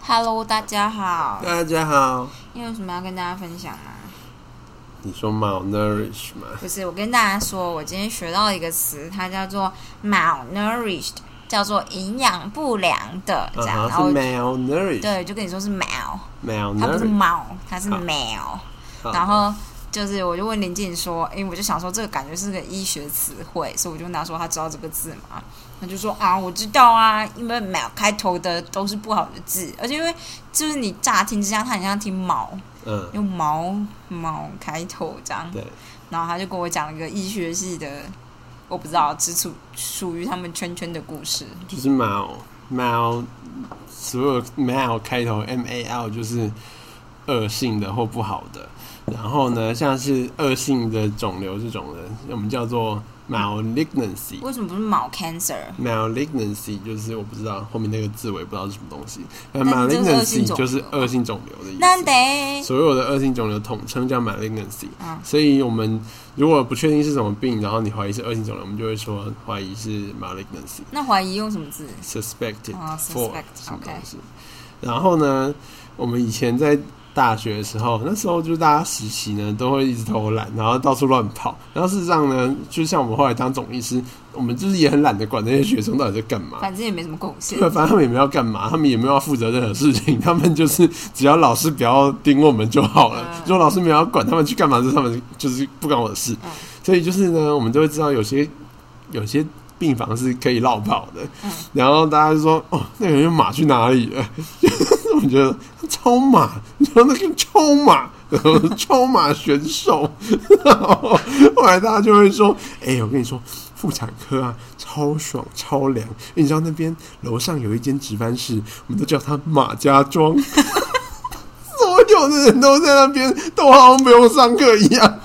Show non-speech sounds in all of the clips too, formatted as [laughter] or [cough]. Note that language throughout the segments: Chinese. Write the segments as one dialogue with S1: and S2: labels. S1: Hello，大家好。
S2: 大家好，
S1: 你有什么要跟大家分享吗？
S2: 你说 malnourish 吗？
S1: 不是，我跟大家说，我今天学到一个词，它叫做 malnourished，叫做营养不良的这样。
S2: 啊
S1: 然
S2: 哈，
S1: 后
S2: 是 malnourish，
S1: 对，就跟你说是 mal，它不是
S2: malnourish，
S1: mal，它是 mal。
S2: 好
S1: 然后就是，我就问林静说，因为我就想说这个感觉是个医学词汇，所以我就问他说他知道这个字吗？他就说啊，我知道啊，因为 mal 开头的都是不好的字，而且因为就是你乍听之下，它很像听毛。
S2: 嗯，
S1: 用毛毛开头这样。
S2: 对，
S1: 然后他就跟我讲了一个医学系的，我不知道，只属属于他们圈圈的故事。
S2: 就是 mal mal，所有 mal 开头 m a l 就是恶性的或不好的。然后呢，像是恶性的肿瘤这种的，我们叫做 malignancy。
S1: 为什么不是毛 cancer？
S2: malignancy 就是我不知道后面那个字我也不知道是什么东西。那
S1: 但是这个是恶性
S2: malignancy
S1: 肿瘤
S2: 就是恶性肿瘤的意思。
S1: 难得
S2: 所有的恶性肿瘤统称叫 malignancy，、
S1: 嗯
S2: 所以我们如果不确定是什么病，然后你怀疑是恶性肿瘤，我们就会说怀疑是 malignancy
S1: 那怀疑用什么字？
S2: suspected
S1: 哦
S2: for
S1: suspect，
S2: 什么
S1: OK
S2: 东西。然后呢，我们以前在大学的时候，那时候就是大家实习呢，都会一直偷懒，然后到处乱跑。然后事实上呢，就像我们后来当总医师，我们就是也很懒得管那些学生到底在干
S1: [laughs]
S2: 嘛。
S1: 反正也没什么贡
S2: [laughs]
S1: 献。
S2: 对，反正他们也没有要干嘛，他们也没有要负责任何事情，他们就是只要老师不要盯我们就好了。
S1: 嗯
S2: 如果老师没有要管他们去干嘛，这是他们 [laughs] 就是不关我的事。
S1: 嗯
S2: 所以就是呢，我们都会知道有些有些病房是可以绕跑的，
S1: 嗯
S2: 然后大家就说：“哦，那个人马去哪里了？” [laughs] 我觉得超马，然后那个超马。 [laughs] 然后超马选手， [laughs] 然后后来大家就会说：“哎、我跟你说，妇产科啊，超爽超凉。你知道那边楼上有一间值班室，我们都叫它马家庄。所有的人都在那边，都好像不用上课一样。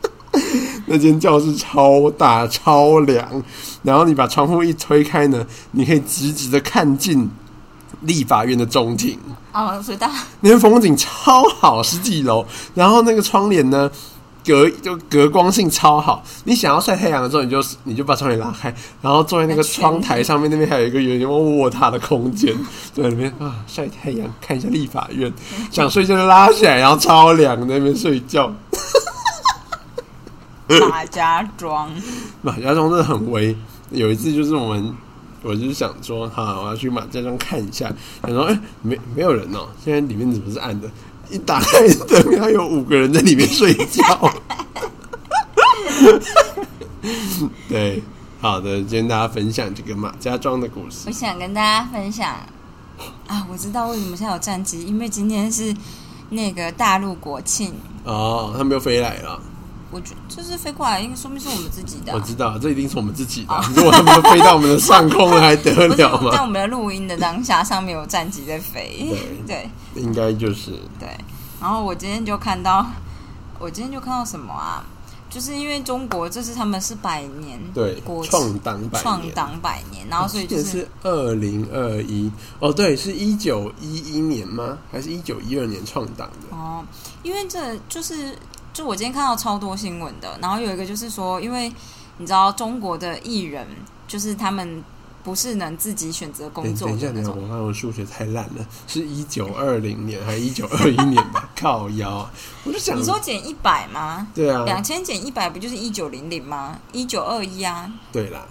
S2: [laughs] 那间教室超大超凉，然后你把窗户一推开呢，你可以直直的看进立法院的中庭。
S1: 哦，所以大家
S2: 那边风景超好，十几楼，然后那个窗帘呢，隔就隔光性超好。你想要晒太阳的时候，你就你就把窗帘拉开，然后坐在那个窗台上面，那边还有一个圆圆卧榻的空间，坐在那边啊晒太阳，看一下立法院，想睡觉就拉起来，然后超凉，在那边睡觉。
S1: 马家庄，
S2: [laughs] 马家庄真的很威。有一次就是我们，我就是想说，好，我要去马家庄看一下。然后哎、没没有人哦、现在里面怎么是暗的？一打开灯，还有五个人在里面睡觉。 [laughs] 对，好的，今天大家分享这个马家庄的故事
S1: 我。想跟大家分享啊，我知道为什么现在有战机，因为今天是那个大陆国庆，
S2: 哦，他们又飞来了，
S1: 我觉就是飞过来，应该说明是我们自己的啊、
S2: 我知道，这一定是我们自己的。如果他们都飞到我们的上空了，还得 [laughs]
S1: 不是
S2: 了
S1: 在我
S2: 吗？
S1: 们的录音的当下，上面有战机在飞。
S2: 对
S1: [laughs] 对
S2: 应该就是，
S1: 对，然后我今天就看到，我今天就看到什么啊？就是因为中国这次他们是百年
S2: 对
S1: 国，
S2: 创党百
S1: 创
S2: 年。啊
S1: 党百年，然后啊所以就
S2: 这
S1: 是
S2: 是二零二一哦，对，是一九一一年吗？还是一九一二年创党的？
S1: 哦，因为这就是就我今天看到超多新闻的，然后有一个就是说，因为你知道中国的艺人就是他们不是能自己选择哦工
S2: 等
S1: 作
S2: 等一下，
S1: 的那
S2: 等一下，
S1: 种，
S2: 我看我数学太烂了，是一九二零年还是一九二一年
S1: [laughs]
S2: 吧？靠腰啊，我就想
S1: 你说减一百吗？
S2: 对啊，
S1: 两千减一百不就是一九零零吗？一九二一啊，
S2: 对啦，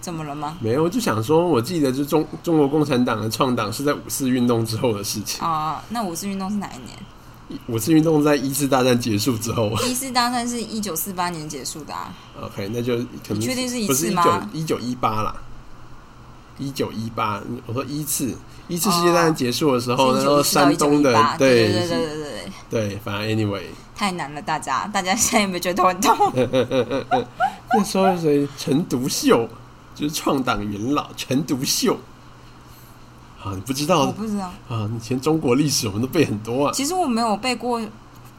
S1: 怎么了吗？
S2: 没有，我就想说，我记得就中中国共产党的创党是在五四运动之后的事情，
S1: 啊、那五四运动是哪一年？
S2: 五四运动在一次大战结束之后。
S1: 一次大战是一九四八年结束的啊，
S2: OK，那就可能
S1: 你确定是一
S2: 不是
S1: 次
S2: 一
S1: 吗
S2: 九一九一八啦？一九一八，嗯我说一次，一次世界
S1: 哦
S2: 大战结束的时候，哦然
S1: 是
S2: 后
S1: 1914到
S2: 山东的
S1: 1918对对对
S2: 对
S1: 对对对，
S2: 对，反正 anyway，
S1: 太难了，大家大家现在有没有觉得头很痛？
S2: 那时候谁陈独秀就是创党元老陈独秀啊，你不知道
S1: 我不知道，
S2: 啊？以前中国历史我们都背很多啊，
S1: 其实我没有背过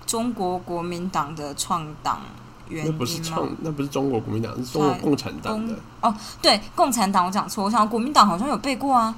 S1: 中国国民党的创党原
S2: 那
S1: 因吗？
S2: 不是创，那不是中国国民党，是中国共产党的
S1: 共。哦，对，共产党我讲错，我想国民党好像有背过啊。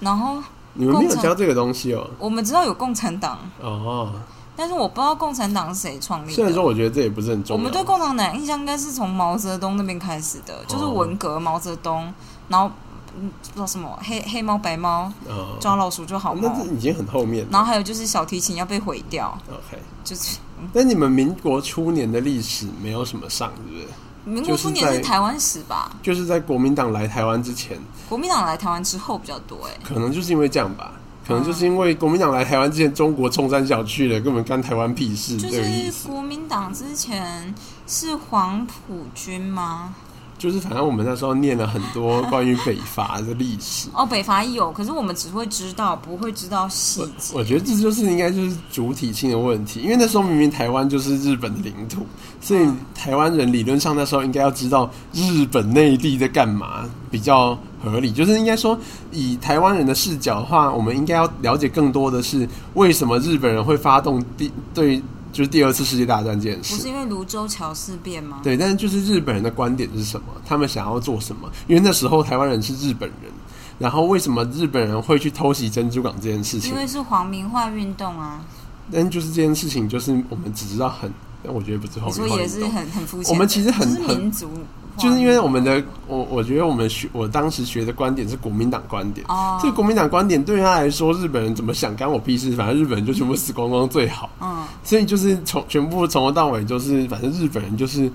S1: 然后
S2: 你们没有
S1: 共产
S2: 教这个东西哦？
S1: 我们知道有共产党，
S2: 哦，
S1: 但是我不知道共产党是谁创立
S2: 虽然
S1: 的
S2: 说。我觉得这也不是很
S1: 我
S2: 重要
S1: 们。对
S2: 哦
S1: 共产党的印象应该是从毛泽东那边开始的，就是文革、毛泽东，然后嗯，不知道什么黑黑猫白猫
S2: 啊，
S1: 抓老鼠就好
S2: 那
S1: 猫
S2: 这。已经很后面了。
S1: 然后还有就是小提琴要被毁掉，
S2: OK，
S1: 就是
S2: 那你们民国初年的历史没有什么上，是不是？
S1: 民国初年
S2: 就是
S1: 是
S2: 在
S1: 台湾史吧？
S2: 就是在国民党来台湾之前，
S1: 国民党来台湾之后比较多哎、
S2: 可能就是因为这样吧。可能就是因为国民党来台湾之前，中国冲山小去了，根本干台湾屁事，
S1: 就
S2: 这个意思。
S1: 是国民党之前是黄埔军吗？，
S2: 就是反正我们那时候念了很多关于北伐的历史
S1: 哦，北伐有，可是我们只会知道，不会知道细
S2: 我
S1: 节。
S2: 我觉得这就是应该就是主体性的问题，因为那时候明明台湾就是日本的领土，所
S1: 嗯
S2: 以台湾人理论上那时候应该要知道日本内地在干嘛比较合理。就是应该说，以台湾人的视角的话，我们应该要了解更多的是为什么日本人会发动第对就是第二次世界大战这件
S1: 不
S2: 事
S1: 是。因为泸州桥事变吗？
S2: 对，但是就是日本人的观点是什么？他们想要做什么？因为那时候台湾人是日本人，然后为什么日本人会去偷袭珍珠港这件事情
S1: 因？为是黄明焕运动啊，
S2: 但就是这件事情，就是我们只知道很，但我觉得不是
S1: 你
S2: 后
S1: 说
S2: 面
S1: 也是很很肤浅的。
S2: 我们其实很
S1: 就是民族化运动，
S2: 就是因为我们的我，我觉得我们学我当时学的观点是国民党观点。
S1: 哦，
S2: 这个国民党观点对他来说，日本人怎么想干我屁事，反正日本人就全部死光光最好。
S1: 嗯，
S2: 所以就是从全部从头到尾就是，反正日本人就是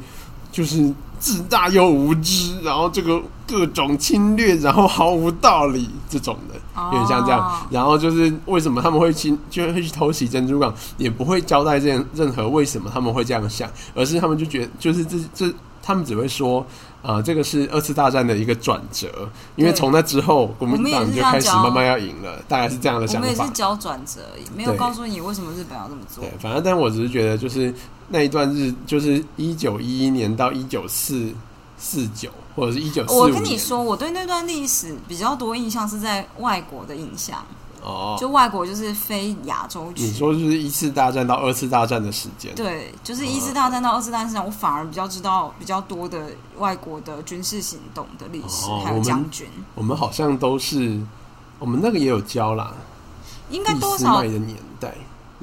S2: 就是自大又无知，然后这个各种侵略，然后毫无道理这种的，有点像这样
S1: 哦。
S2: 然后就是为什么他们会侵，就会去偷袭珍珠港，也不会交代这样任何为什么他们会这样想，而是他们就觉得就是这这。他们只会说，啊、这个是二次大战的一个转折，因为
S1: 对
S2: 从那之后，
S1: 我
S2: 国民
S1: 们也
S2: 党
S1: 是
S2: 就
S1: 这样
S2: 开始
S1: 讲
S2: 慢慢要赢了，大概是这样的
S1: 我
S2: 想
S1: 们也
S2: 法
S1: 是。交转折而已，没有
S2: 对
S1: 告诉你为什么日本要这么做
S2: 对。，反正但我只是觉得，就是那一段日，就是一九一一年到一九四四九，或者是一九四五。
S1: 我跟你，说，我对那段历史比较多印象是在外国的印象，
S2: 哦，
S1: 就外国就是非亚洲
S2: 你
S1: 区。
S2: 说就是一次大战到二次大战的时间，
S1: 对，就是一
S2: 哦
S1: 次大战到二次大战，我反而比较知道比较多的外国的军事行动的历史，
S2: 哦
S1: 还
S2: 我
S1: 有
S2: 们
S1: 将军，
S2: 我们好像都是，我们那个也有教啦，
S1: 应该
S2: 俾
S1: 多
S2: 斯
S1: 少
S2: 麦的年代，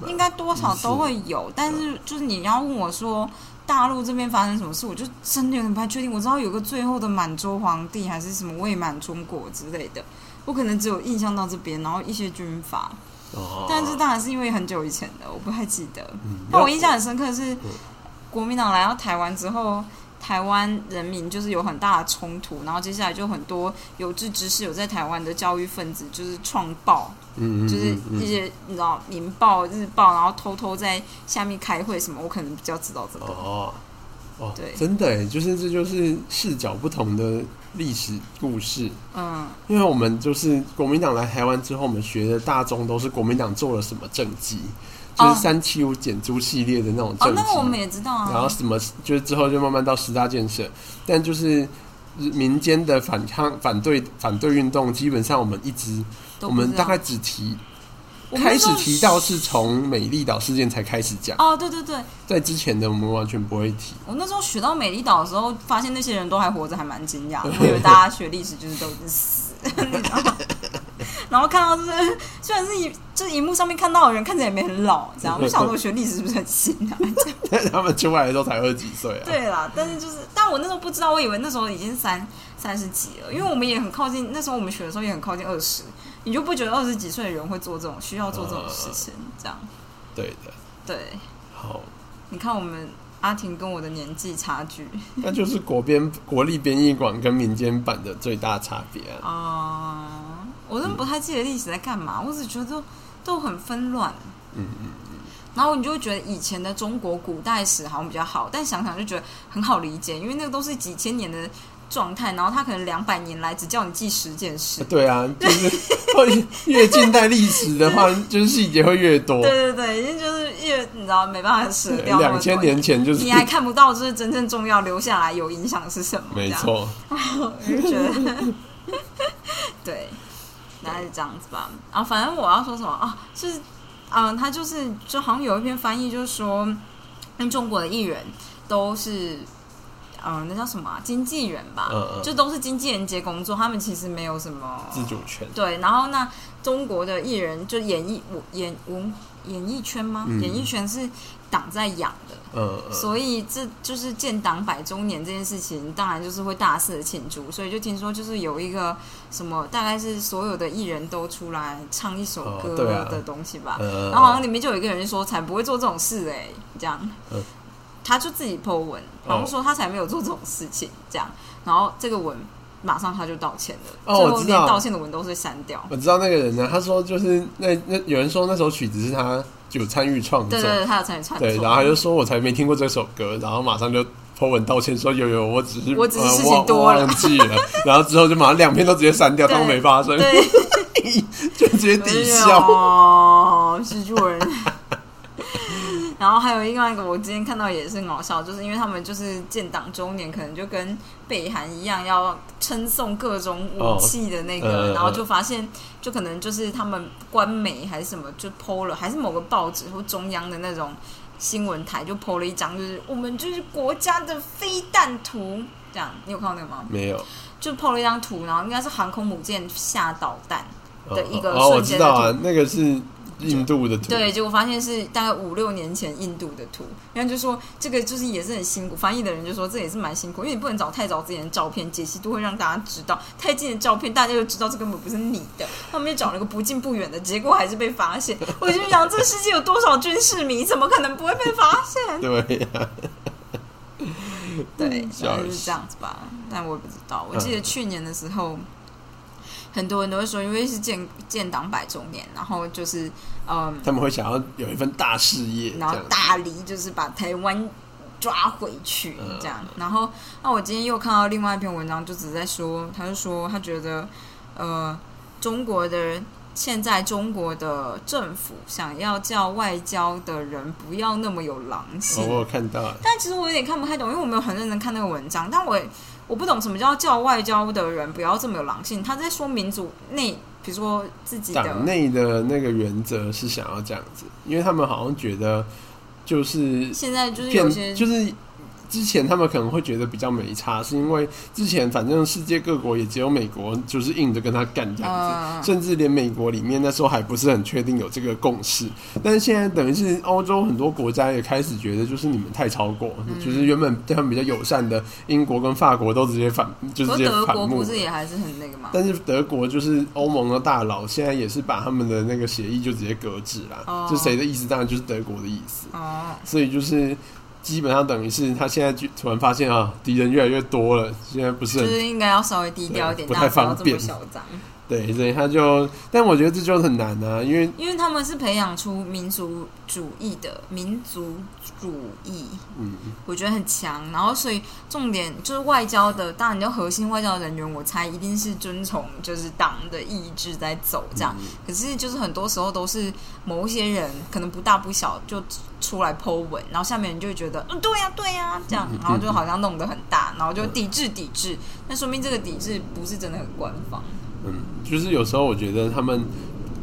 S1: 应该多少都会
S2: 嗯
S1: 有，但是就是你要问我说大陆这边发生什么事，我就真的有点不太确定。我知道有个最后的满洲皇帝还是什么未满中国之类的，我可能只有印象到这边，然后一些军阀，
S2: 哦，
S1: 但是当然是因为很久以前的，我不太记得。
S2: 嗯
S1: 但我印象很深刻的是，国民党来到台湾之后，台湾人民就是有很大的冲突，然后接下来就很多有志之士有在台湾的教育分子就是创报，
S2: 嗯嗯嗯
S1: 就是
S2: 嗯
S1: 一些你知道《民报》《日报》，然后偷偷在下面开会什么，我可能比较知道这个。
S2: 哦哦，
S1: 对
S2: 真的耶，就是这就是视角不同的历史故事，
S1: 嗯，
S2: 因为我们就是国民党来台湾之后，我们学的大宗都是国民党做了什么政绩，就
S1: 哦
S2: 是三七五减租系列的那种
S1: 哦，
S2: 政绩。
S1: 那个我们也知道
S2: 然后
S1: 啊。
S2: 什么，就是之后就慢慢到十大建设，但就是民间的反抗、反对、反对运动，基本上我们一直，
S1: 都
S2: 我
S1: 不知道
S2: 们大概只提
S1: 我们
S2: 开
S1: 那时
S2: 始
S1: 候
S2: 提到是从美丽岛事件才开始讲，
S1: 哦，对对对，
S2: 在之前的我们完全不会提。
S1: 我那时候学到美丽岛的时候，发现那些人都还活着，还蛮惊
S2: [laughs]
S1: 讶的。我以为大家学历史就是都是死， [laughs] 你知道吗？然后看到就是，虽然是一就是荧幕上面看到的人看起来也没很老，这样我就想说我学历史是不是很新啊？
S2: 但他们出来的时候才二十几岁啊。
S1: 对啦，但是就是，但我那时候不知道，我以为那时候已经三三十几了，因为我们也很靠近，那时候我们学的时候也很靠近二十，你就不觉得二十几岁的人会做这种需要做这种事情，这样
S2: 对的，
S1: 对。
S2: 好，
S1: 你看我们阿婷跟我的年纪差距
S2: 那就是国编国立编译馆跟民间版的最大差别啊。
S1: 啊、我真的不太记得历史在干嘛，我只觉得都都很纷乱，
S2: 嗯嗯，
S1: 然后你就会觉得以前的中国古代史好像比较好，但想想就觉得很好理解，因为那个都是几千年的状态，然后他可能两百年来只叫你记十件事
S2: 啊。对啊，就是
S1: [laughs]
S2: 会越近代历史的话，就是细节会越多。
S1: 对对对，因为就是越你知道没办法舍掉那么
S2: 两
S1: 多
S2: 千，年前就是
S1: 你还看不到就是真正重要留下来有影响是什么，
S2: 没，错，
S1: 就 [laughs] 觉得对， [laughs] 大概是这样子吧。啊，反正我要说什么啊，就是嗯，他就是嗯就好像有一篇翻译就是说，因为中国的艺人都是嗯、那叫什么啊、经纪人吧，
S2: 嗯嗯
S1: 就都是经纪人接工作，他们其实没有什么
S2: 自主权，
S1: 对，然后那中国的艺人就演艺我演文演艺圈吗？
S2: 嗯
S1: 演艺圈是党在养的，
S2: 嗯嗯，
S1: 所以这就是建党百周年这件事情，当然就是会大肆的庆祝。所以就听说就是有一个什么，大概是所有的艺人都出来唱一首
S2: 哦
S1: 歌
S2: 对啊
S1: 的东西吧。
S2: 呃
S1: 然后好像里面就有一个人说：“才不会做这种事哎、这样。
S2: 嗯
S1: 他就自己 po 文，好像说他才没有做这种事情这样。然后这个文马上他就道歉了，
S2: 哦
S1: 最
S2: 我
S1: 后
S2: 知
S1: 连
S2: 道
S1: 道歉的文都是删掉。
S2: 我知道那个人呢，他说就是那那有人说那首曲子是他有参与创作
S1: 对，对对，他有参与创作。
S2: 对，然后他就说我才没听过这首歌，然后马上就。po 文道歉说有有，我只是
S1: 我只是
S2: 呃
S1: 事情
S2: 忘
S1: 多了
S2: 忘记了，然后之后就马上两篇都直接删掉，当没发生，
S1: [laughs] 对，
S2: 就直接抵消。
S1: 哦，蜘蛛人。 [laughs] 然后还有另外一个，我今天看到也是很好笑，就是因为他们就是建党周年，可能就跟北韩一样，要称颂各种武器的那
S2: 哦
S1: 个，
S2: 呃
S1: 然后就发现，就可能就是他们官媒还是什么就剖了，还是某个报纸或中央的那种新闻台就剖了一张，就是我们就是国家的飞弹图，这样你有看到那个吗？
S2: 没有
S1: 就剖了一张图，然后应该是航空母舰下导弹，
S2: 哦
S1: 的一个
S2: 哦，我
S1: 瞬
S2: 知
S1: 间的嗯
S2: 道啊，那个是印度的图，
S1: 对，结果发现是大概五六年前印度的图，然后就说这个就是也是很辛苦，翻译的人就说这也是蛮辛苦，因为你不能找太早之前的照片，解析度会让大家知道，太近的照片大家就知道这根本不是你的，他们就找了个不近不远的，结果还是被发现。我就想这世界有多少军事迷，怎么可能不会被发现？
S2: 对 [laughs] 呀、
S1: [laughs] 对，
S2: 笑
S1: 大概
S2: 死
S1: 就是这样子嗯吧。但我也不知道，我记得去年的时候，很多人都会说，因为是建建党百周年，然后就是嗯。
S2: 他们会想要有一份大事业，这
S1: 然后
S2: 样子
S1: 大力就是把台湾抓回去
S2: 嗯
S1: 这样。然后，那我今天又看到另外一篇文章，就只是在说，他就说他觉得，呃，中国的现在中国的政府想要叫外交的人不要那么有狼
S2: 哦
S1: 性，
S2: 我有看到啊，
S1: 但其实我有点看不太懂，因为我没有很认真看那个文章，但我也我不懂什么叫叫外交的人不要这么有狼性，他在说民主内。比如说自己的
S2: 党内的那个原则是想要这样子，因为他们好像觉得就是
S1: 现在就是有些
S2: 骗，就是之前他们可能会觉得比较没差，是因为之前反正世界各国也只有美国就是硬着跟他干这样
S1: 嗯
S2: 子，
S1: 嗯嗯
S2: 甚至连美国里面那时候还不是很确定有这个共识，但是现在等于是欧洲很多国家也开始觉得就是你们太超过，
S1: 嗯
S2: 就是原本对他们比较友善的英国跟法国都直接反，就
S1: 可
S2: 直
S1: 是
S2: 接
S1: 德
S2: 反
S1: 国
S2: 目
S1: 不。是也还是很那个吗？
S2: 但是德国就是欧盟的大佬，现在也是把他们的那个协议就直接搁置啦。
S1: 哦
S2: 就谁的意思，当然就是德国的意思。
S1: 哦，
S2: 所以就是基本上等于是他现在就突然发现啊，敌人越来越多了，现在不是
S1: 就
S2: 很
S1: 是应该要稍微低调一点，
S2: 对
S1: 大
S2: 不太
S1: 家不要
S2: 方
S1: 这
S2: 便
S1: 么嚣张，
S2: 对，所以他就，但我觉得这就很难啊，因为
S1: 因为他们是培养出民族主义的民族主义，
S2: 嗯，
S1: 我觉得很强。然后所以重点就是外交的，当然你要核心外交人员，我猜一定是遵从就是党的意志在走这
S2: 嗯
S1: 样。可是就是很多时候都是某一些人可能不大不小就出来 Po 文，然后下面人就会觉得嗯对呀、对呀、这
S2: 嗯
S1: 样，然后就好像弄得很大，然后就抵制抵制，那说明这个抵制不是真的很官方。
S2: 嗯，就是有时候我觉得他们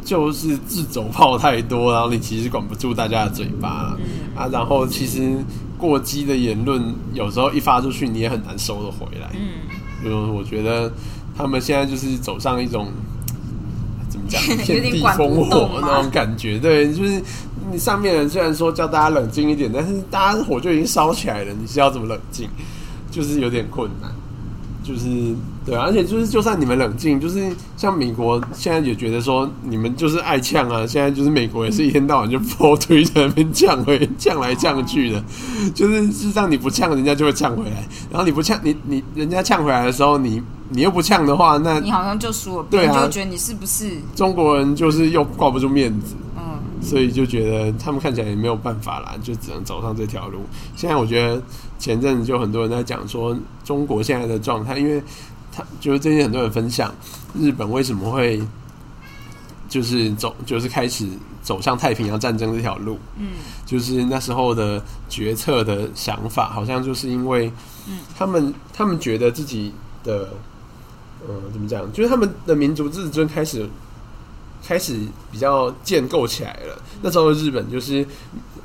S2: 就是自走炮太多，然后你其实管不住大家的嘴巴啊，
S1: 嗯
S2: 啊然后其实过激的言论有时候一发出去，你也很难收得回来。
S1: 嗯。
S2: 就是我觉得他们现在就是走上一种怎
S1: [laughs]
S2: 么讲
S1: 有
S2: 遍
S1: 点
S2: 地
S1: 管不
S2: 烽火
S1: 动嘛
S2: 那种感觉，对，就是你上面人虽然说叫大家冷静一点，但是大家火就已经烧起来了，你是要怎么冷静？就是有点困难。就是对啊、而且就是，就算你们冷静，就是像美国现在也觉得说你们就是爱呛啊，现在就是美国也是一天到晚就破推在那边呛回呛来呛去的，就是事实上你不呛人家就会呛回来，然后你不呛你你人家呛回来的时候，你你又不呛的话，那
S1: 你好像就输了，别
S2: 对啊
S1: 人就会觉得你是不是
S2: 中国人就是又挂不住面子，
S1: 嗯，
S2: 所以就觉得他们看起来也没有办法啦，就只能走上这条路。现在我觉得前阵子就很多人在讲说中国现在的状态，因为他就是最近很多人分享日本为什么会就是走就是开始走向太平洋战争这条路，
S1: 嗯，
S2: 就是那时候的决策的想法，好像就是因为
S1: 嗯
S2: 他们他们觉得自己的呃怎么讲，就是他们的民族自尊开始开始比较建构起来了。那时候日本就是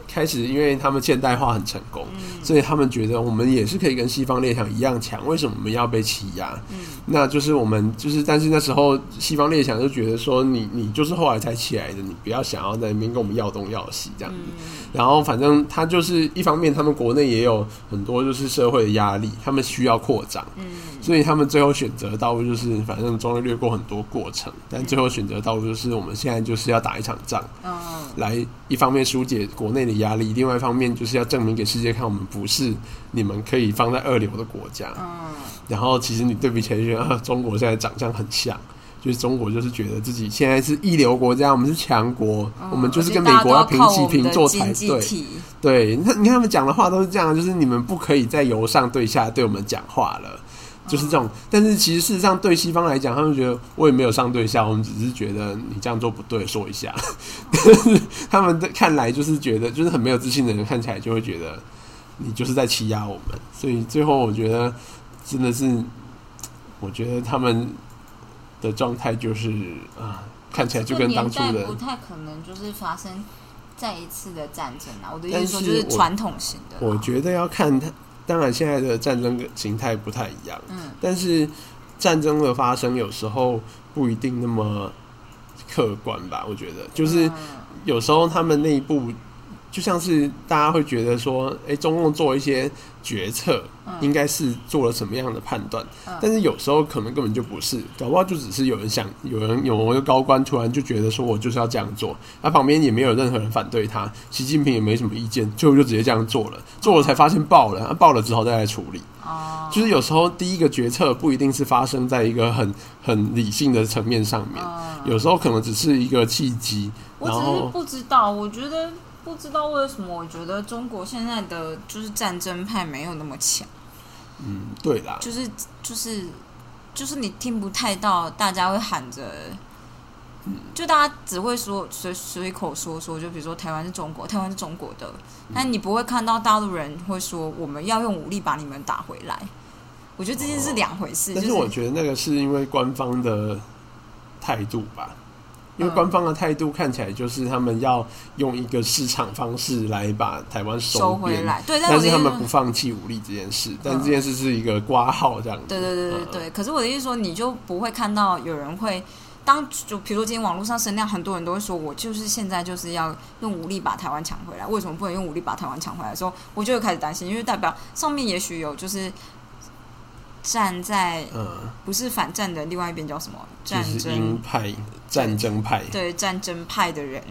S2: 开始，因为他们现代化很成功，所以他们觉得我们也是可以跟西方列强一样强，为什么我们要被欺压？那就是我们就是，但是那时候西方列强就觉得说你，你就是后来才起来的，你不要想要在那边跟我们要东要西这样子。然后反正他就是一方面，他们国内也有很多就是社会的压力，他们需要扩张，
S1: 嗯
S2: 所以他们最后选择的道路就是，反正中间略过很多过程，但最后选择的道路就是我们现在就是要打一场仗，
S1: 嗯，
S2: 来一方面疏解国内的压力，另外一方面就是要证明给世界看，我们不是你们可以放在二流的国家。
S1: 嗯
S2: 然后其实你对比起来，觉得啊，中国现在长相很像。就是中国，就是觉得自己现在是一流国家，我们是强国，
S1: 嗯
S2: 我们就是跟
S1: 而且
S2: 美
S1: 大家
S2: 国
S1: 都要
S2: 平
S1: 靠
S2: 起
S1: 我们
S2: 平
S1: 的
S2: 坐才
S1: 经济
S2: 对。
S1: 体
S2: 对，那你看他们讲的话都是这样，就是你们不可以再由上对下对我们讲话了，就是这种。但是其实事实上对西方来讲，他们觉得我也没有上对下，我们只是觉得你这样做不对，说一下。 [laughs] 但是他们的看来就是觉得，就是很没有自信的人看起来就会觉得你就是在欺压我们。所以最后我觉得真的是，我觉得他们的状态就是啊，看起来就跟当初
S1: 这个
S2: 的
S1: 年代不啊太可能就是发生再一次的战争啊。我的意
S2: 但
S1: 思
S2: 是
S1: 说就是
S2: 我
S1: 传统型的啦，
S2: 我觉得要看它，当然现在的战争形态不太一样，
S1: 嗯
S2: 但是战争的发生有时候不一定那么客观吧。我觉得，就是
S1: 嗯
S2: 有时候他们内部就像是大家会觉得说，哎、中共做一些决策
S1: 嗯
S2: 应该是做了什么样的判断，
S1: 嗯
S2: 但是有时候可能根本就不是，搞不好就只是有人想，有人有某个高官突然就觉得说我就是要这样做，他旁边也没有任何人反对他，习近平也没什么意见，最后就直接这样做了，做了才发现爆了，啊爆了之后再来处理。
S1: 哦，
S2: 就是有时候第一个决策不一定是发生在一个很很理性的层面上面，
S1: 嗯
S2: 有时候可能只是一个契机，
S1: 我
S2: 然
S1: 只是
S2: 后
S1: 不知道，我觉得不知道为什么，我觉得中国现在的就是战争派没有那么强，
S2: 嗯，对啦，
S1: 就是就是就是你听不太到，大家会喊着。嗯就大家只会说随随口说说，就比如说台湾是中国，台湾是中国的，
S2: 嗯
S1: 但你不会看到大陆人会说我们要用武力把你们打回来。我觉得这件事
S2: 哦
S1: 两回事，
S2: 但
S1: 就是
S2: 我觉得那个是因为官方的态度吧，
S1: 嗯
S2: 因为官方的态度看起来就是他们要用一个市场方式来把台湾
S1: 收回
S2: 编，
S1: 来，对，但
S2: 但
S1: 我的
S2: 是
S1: 意
S2: 他
S1: 思
S2: 们
S1: 说
S2: 不放弃武力这件事，但这件事是一个挂号这样子。
S1: 对对对对
S2: 嗯，
S1: 对。可是我的意思说，你就不会看到有人会当就比如说今天网络上声量，很多人都会说，我就是现在就是要用武力把台湾抢回来，为什么不能用武力把台湾抢回来的时候，我就会开始担心，因为代表上面也许有就是站在
S2: 嗯，
S1: 不是反战的另外一边叫什么
S2: 就
S1: 战
S2: 是
S1: 争
S2: 鹰派战争派，
S1: 对战争派的人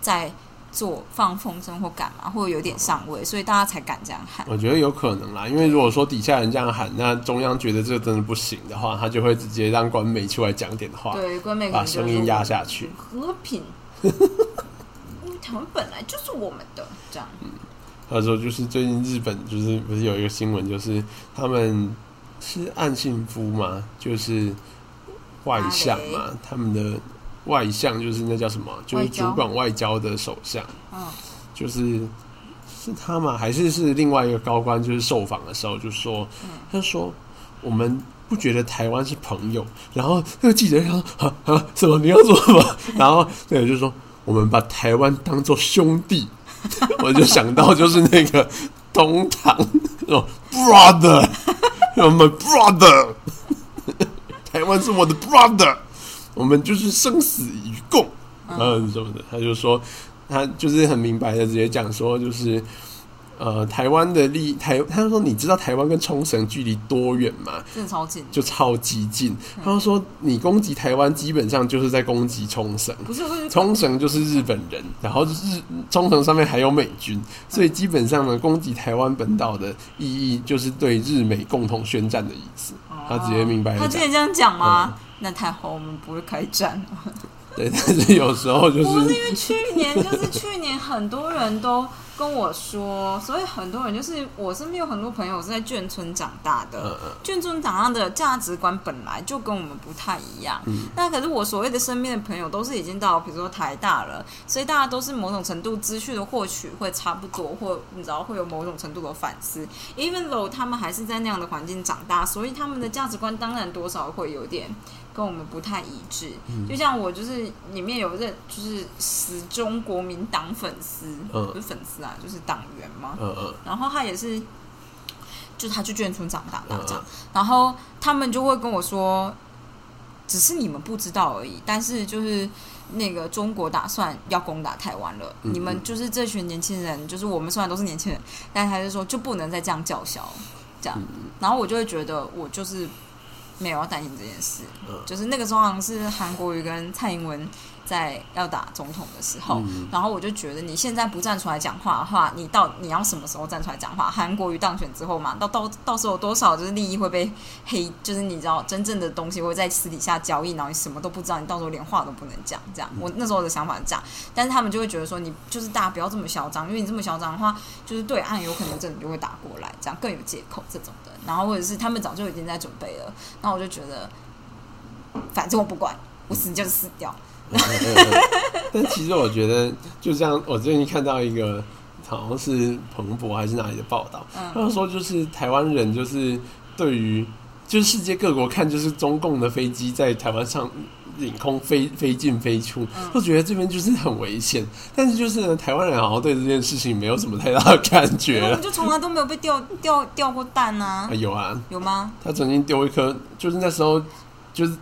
S1: 在做放风筝或干嘛，或者有点上位，所以大家才敢这样喊。
S2: 我觉得有可能啦，因为如果说底下人这样喊，那中央觉得这个真的不行的话，他就会直接让官媒出来讲点话，
S1: 对，关妹可
S2: 把
S1: 能就
S2: 声
S1: 是
S2: 音
S1: 说
S2: 压下去。
S1: 和
S2: [laughs]
S1: 平，因为台湾本来就是我们的，这样。
S2: 嗯他说就是最近日本就是不是有一个新闻，就是他们是岸信夫嘛，就是外相
S1: 阿
S2: 嘛，他们的外相就是那叫什么，就是
S1: 外交
S2: 主管外交的首相，
S1: 嗯
S2: 就是是他嘛，还是是另外一个高官，就是受访的时候就说，他说我们。不觉得台湾是朋友，然后那个记者就说：“啊啊，什么你要说什么？” [laughs] 然后那个就说：“我们把台湾当做兄弟。”我就想到就是那个东堂那种 brother，我们 brother，台湾是我的 brother，我们就是生死与共，嗯什么的，他就说他就是很明白的直接讲说就是。呃，台湾的利台，他说你知道台湾跟冲绳距离多远吗？
S1: 真的超紧。
S2: 就超激进。
S1: 嗯
S2: 他说你攻击台湾，基本上就是在攻击冲绳。
S1: 不是，不是，
S2: 冲绳就是日本人，然后日冲绳上面还有美军，
S1: 嗯
S2: 所以基本上呢，攻击台湾本岛的意义就是对日美共同宣战的意思。他直接明白
S1: 哦他
S2: 了
S1: 之
S2: 讲，嗯
S1: 前这样讲吗？那太好，我们不会开战了。
S2: 对，但是有时候就
S1: 不是
S2: 是
S1: 因为去年，就是去年很多人都跟我说，所以很多人就是我身边有很多朋友是在眷村长大的，
S2: 嗯嗯
S1: 眷村长大的价值观本来就跟我们不太一样。
S2: 嗯
S1: 那可是我所谓的身边的朋友都是已经到比如说台大了，所以大家都是某种程度资讯的获取会差不多，或你知道会有某种程度的反思。Even though 他们还是在那样的环境长大，所以他们的价值观当然多少会有点跟我们不太一致。
S2: 嗯
S1: 就像我就是里面有认就是死忠国民党粉丝，
S2: 嗯
S1: 不是粉丝啊，就是党员嘛。
S2: 嗯嗯
S1: 然后他也是，就他去眷村长大的
S2: 嗯
S1: 这样
S2: 嗯，
S1: 然后他们就会跟我说，只是你们不知道而已，但是就是。那个中国打算要攻打台湾了，
S2: 嗯
S1: 你们就是这群年轻人，就是我们虽然都是年轻人，但他就说就不能再这样叫嚣，这样，
S2: 嗯
S1: 然后我就会觉得我就是没有要担心这件事，
S2: 嗯
S1: 就是那个时候好像是韩国瑜跟蔡英文在要打总统的时候，
S2: 嗯
S1: 然后我就觉得你现在不站出来讲话的话，你到你要什么时候站出来讲话？韩国瑜当选之后嘛，到到到时候有多少就是利益会被黑，就是你知道真正的东西会在私底下交易，然后你什么都不知道，你到时候连话都不能讲，这样。我那时候的想法是这样，但是他们就会觉得说你就是大家不要这么嚣张，因为你这么嚣张的话，就是对岸有可能真的就会打过来，这样更有借口这种的。然后或者是他们早就已经在准备了，那我就觉得反正我不管，我死就死掉。
S2: 嗯嗯嗯 [laughs] 嗯但其实我觉得，就像我最近看到一个，好像是彭博还是哪里的报道，他说就是台湾人就是对于就是世界各国看就是中共的飞机在台湾上领空飞飞进飞出，都觉得这边就是很危险。但是就是呢，台湾人好像对这件事情没有什么太大的感觉
S1: 我们
S2: 了。
S1: 就从来都没有被掉掉掉过蛋啊
S2: 啊，有啊，
S1: 有吗？
S2: 他曾经丢一颗，就是那时候就是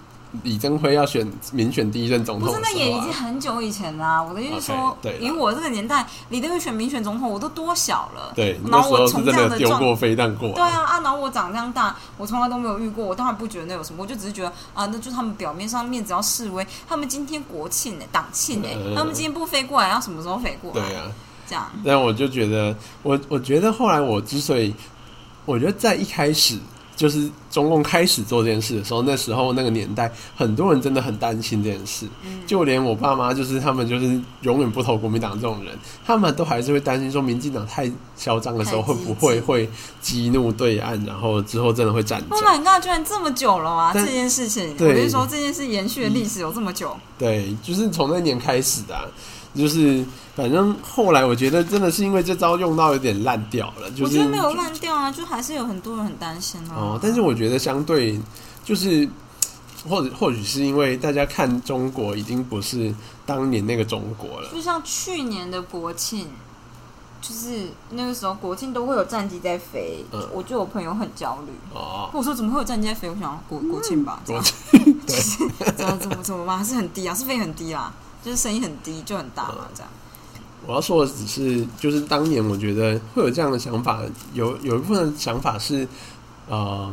S2: 李登辉要选民选第一任总
S1: 不
S2: 统
S1: 是，
S2: 的
S1: 那
S2: 时
S1: 也
S2: 候
S1: 已
S2: 啊
S1: 经。很久以前啦、我的意思是说
S2: OK，对啦
S1: 以我这个年代，李登辉选民选总统，我都多小了。
S2: 对，那
S1: 然
S2: 时
S1: 后
S2: 候
S1: 我
S2: 是
S1: 从
S2: 真
S1: 这样
S2: 的
S1: 的
S2: 丢
S1: 状
S2: 过飞弹过、
S1: 对啊啊！然后我长这样大，我从来都没有遇过，我当然不觉得那有什么，我就只是觉得啊，那就是他们表面上面只要示威，他们今天国庆呢、党庆呢、
S2: 嗯
S1: 他们今天不飞过来，要什么时候飞过来？
S2: 对啊，
S1: 这样，
S2: 但我就觉得，我我觉得后来我之所以，我觉得在一开始就是中共开始做这件事的时候，那时候那个年代，很多人真的很担心这件事，
S1: 嗯
S2: 就连我爸妈，就是他们就是永远不投国民党这种人，他们都还是会担心说，民进党太嚣张的时候，
S1: 太
S2: 会
S1: 激
S2: 不会会激怒对岸，然后之后真的会战争
S1: Oh？my god！居然这么久了啊！
S2: 但
S1: 这件事情，我
S2: 对
S1: 就说这件事延续的历史有这么久，
S2: 对，就是从那年开始的啊、就是反正后来我觉得真的是因为这招用到有点烂掉了，就
S1: 我
S2: 是
S1: 觉得没有烂掉啊，就还是有很多人很担心啊。
S2: 哦，但是我觉得相对就是，或者或许是因为大家看中国已经不是当年那个中国了，
S1: 就像去年的国庆，就是那个时候国庆都会有战机在飞，
S2: 嗯
S1: 我就有朋友很焦虑。
S2: 哦，
S1: 我说怎么会有战机在飞？我想国国庆吧，这
S2: 嗯国
S1: 样
S2: 庆 [laughs] 对
S1: 怎么怎么怎么吧，是很低啊，是飞很低啦，就是声音很低就很大嘛，这样。
S2: [laughs] 我要说的只是，就是当年我觉得会有这样的想法，有有一部分想法是，呃，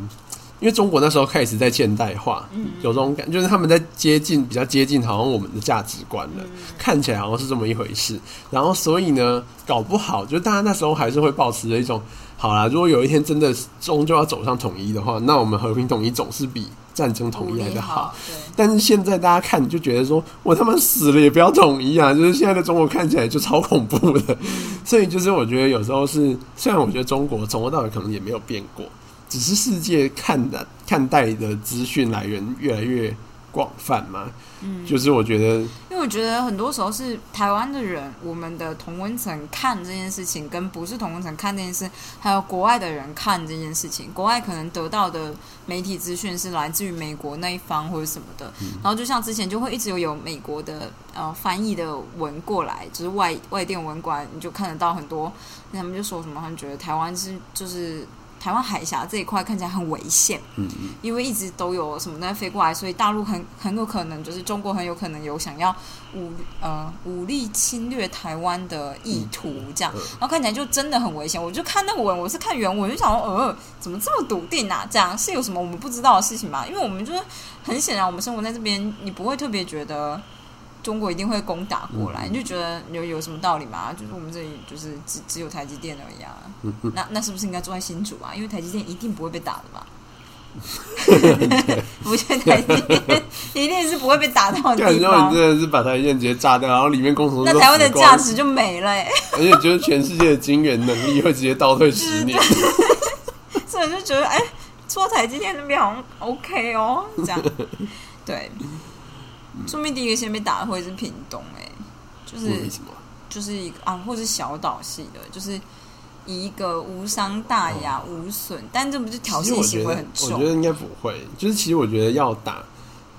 S2: 因为中国那时候开始在现代化，有这种感，就是他们在接近比较接近，好像我们的价值观了，看起来好像是这么一回事。然后所以呢，搞不好就大家那时候还是会保持着一种，好啦，如果有一天真的终究要走上统一的话，那我们和平统一总是比战争统一来
S1: 哦
S2: 的好。，
S1: 啊对，
S2: 但是现在大家看就觉得说，我他妈死了也不要统一啊！ [laughs] 就是现在的中国看起来就超恐怖的， [laughs] 所以就是我觉得有时候是，虽然我觉得中国从头到尾可能也没有变过，只是世界看的看待的资讯来源越来越广泛嘛。嗯，就是我觉得
S1: 因为我觉得很多时候是台湾的人，我们的同温层看这件事情，跟不是同温层看这件事，还有国外的人看这件事情，国外可能得到的媒体资讯是来自于美国那一方或者什么的，然后就像之前就会一直有有美国的呃翻译的文过来，就是外外电文过来，你就看得到很多，那他们就说什么，他们觉得台湾是就是。台湾海峡这一块看起来很危险，
S2: 嗯
S1: 因为一直都有什么东西飞过来，所以大陆很很有可能就是中国很有可能有想要武呃武力侵略台湾的意图这样，然后看起来就真的很危险。我就看那个文，我是看原文，就想说呃怎么这么笃定啊？这样是有什么我们不知道的事情吗？因为我们就是很显然我们生活在这边，你不会特别觉得。中国一定会攻打过来，你就觉得有有什么道理吗？就是我们这里就是只只有台积电而已啊，那那是不是应该住在新竹啊？因为台积电一定不会被打的吧？我觉得台积电一定是不会被打到
S2: 干
S1: 的地
S2: 然后
S1: 方
S2: 啊你，真的是把台积电直接炸掉，然后里面工程师
S1: 那
S2: 都
S1: 台湾的
S2: 死光
S1: 价值就没了、欸。
S2: 而且就是全世界的晶圆能力会直接倒退十年。
S1: [laughs] 所以我就觉得，哎、说台积电那边好像 OK 哦，这
S2: [laughs]
S1: 样，对，说明第一个先被打的会是屏东、哎，就是
S2: 为什么？
S1: 就是一个啊，或是小岛系的，就是以一个无伤大雅、无损，但这不是挑
S2: 哦其实
S1: 衅
S2: 我觉
S1: 行为
S2: 得
S1: 很，
S2: 我觉得
S1: 重？
S2: 应该不会。就是其实我觉得要打，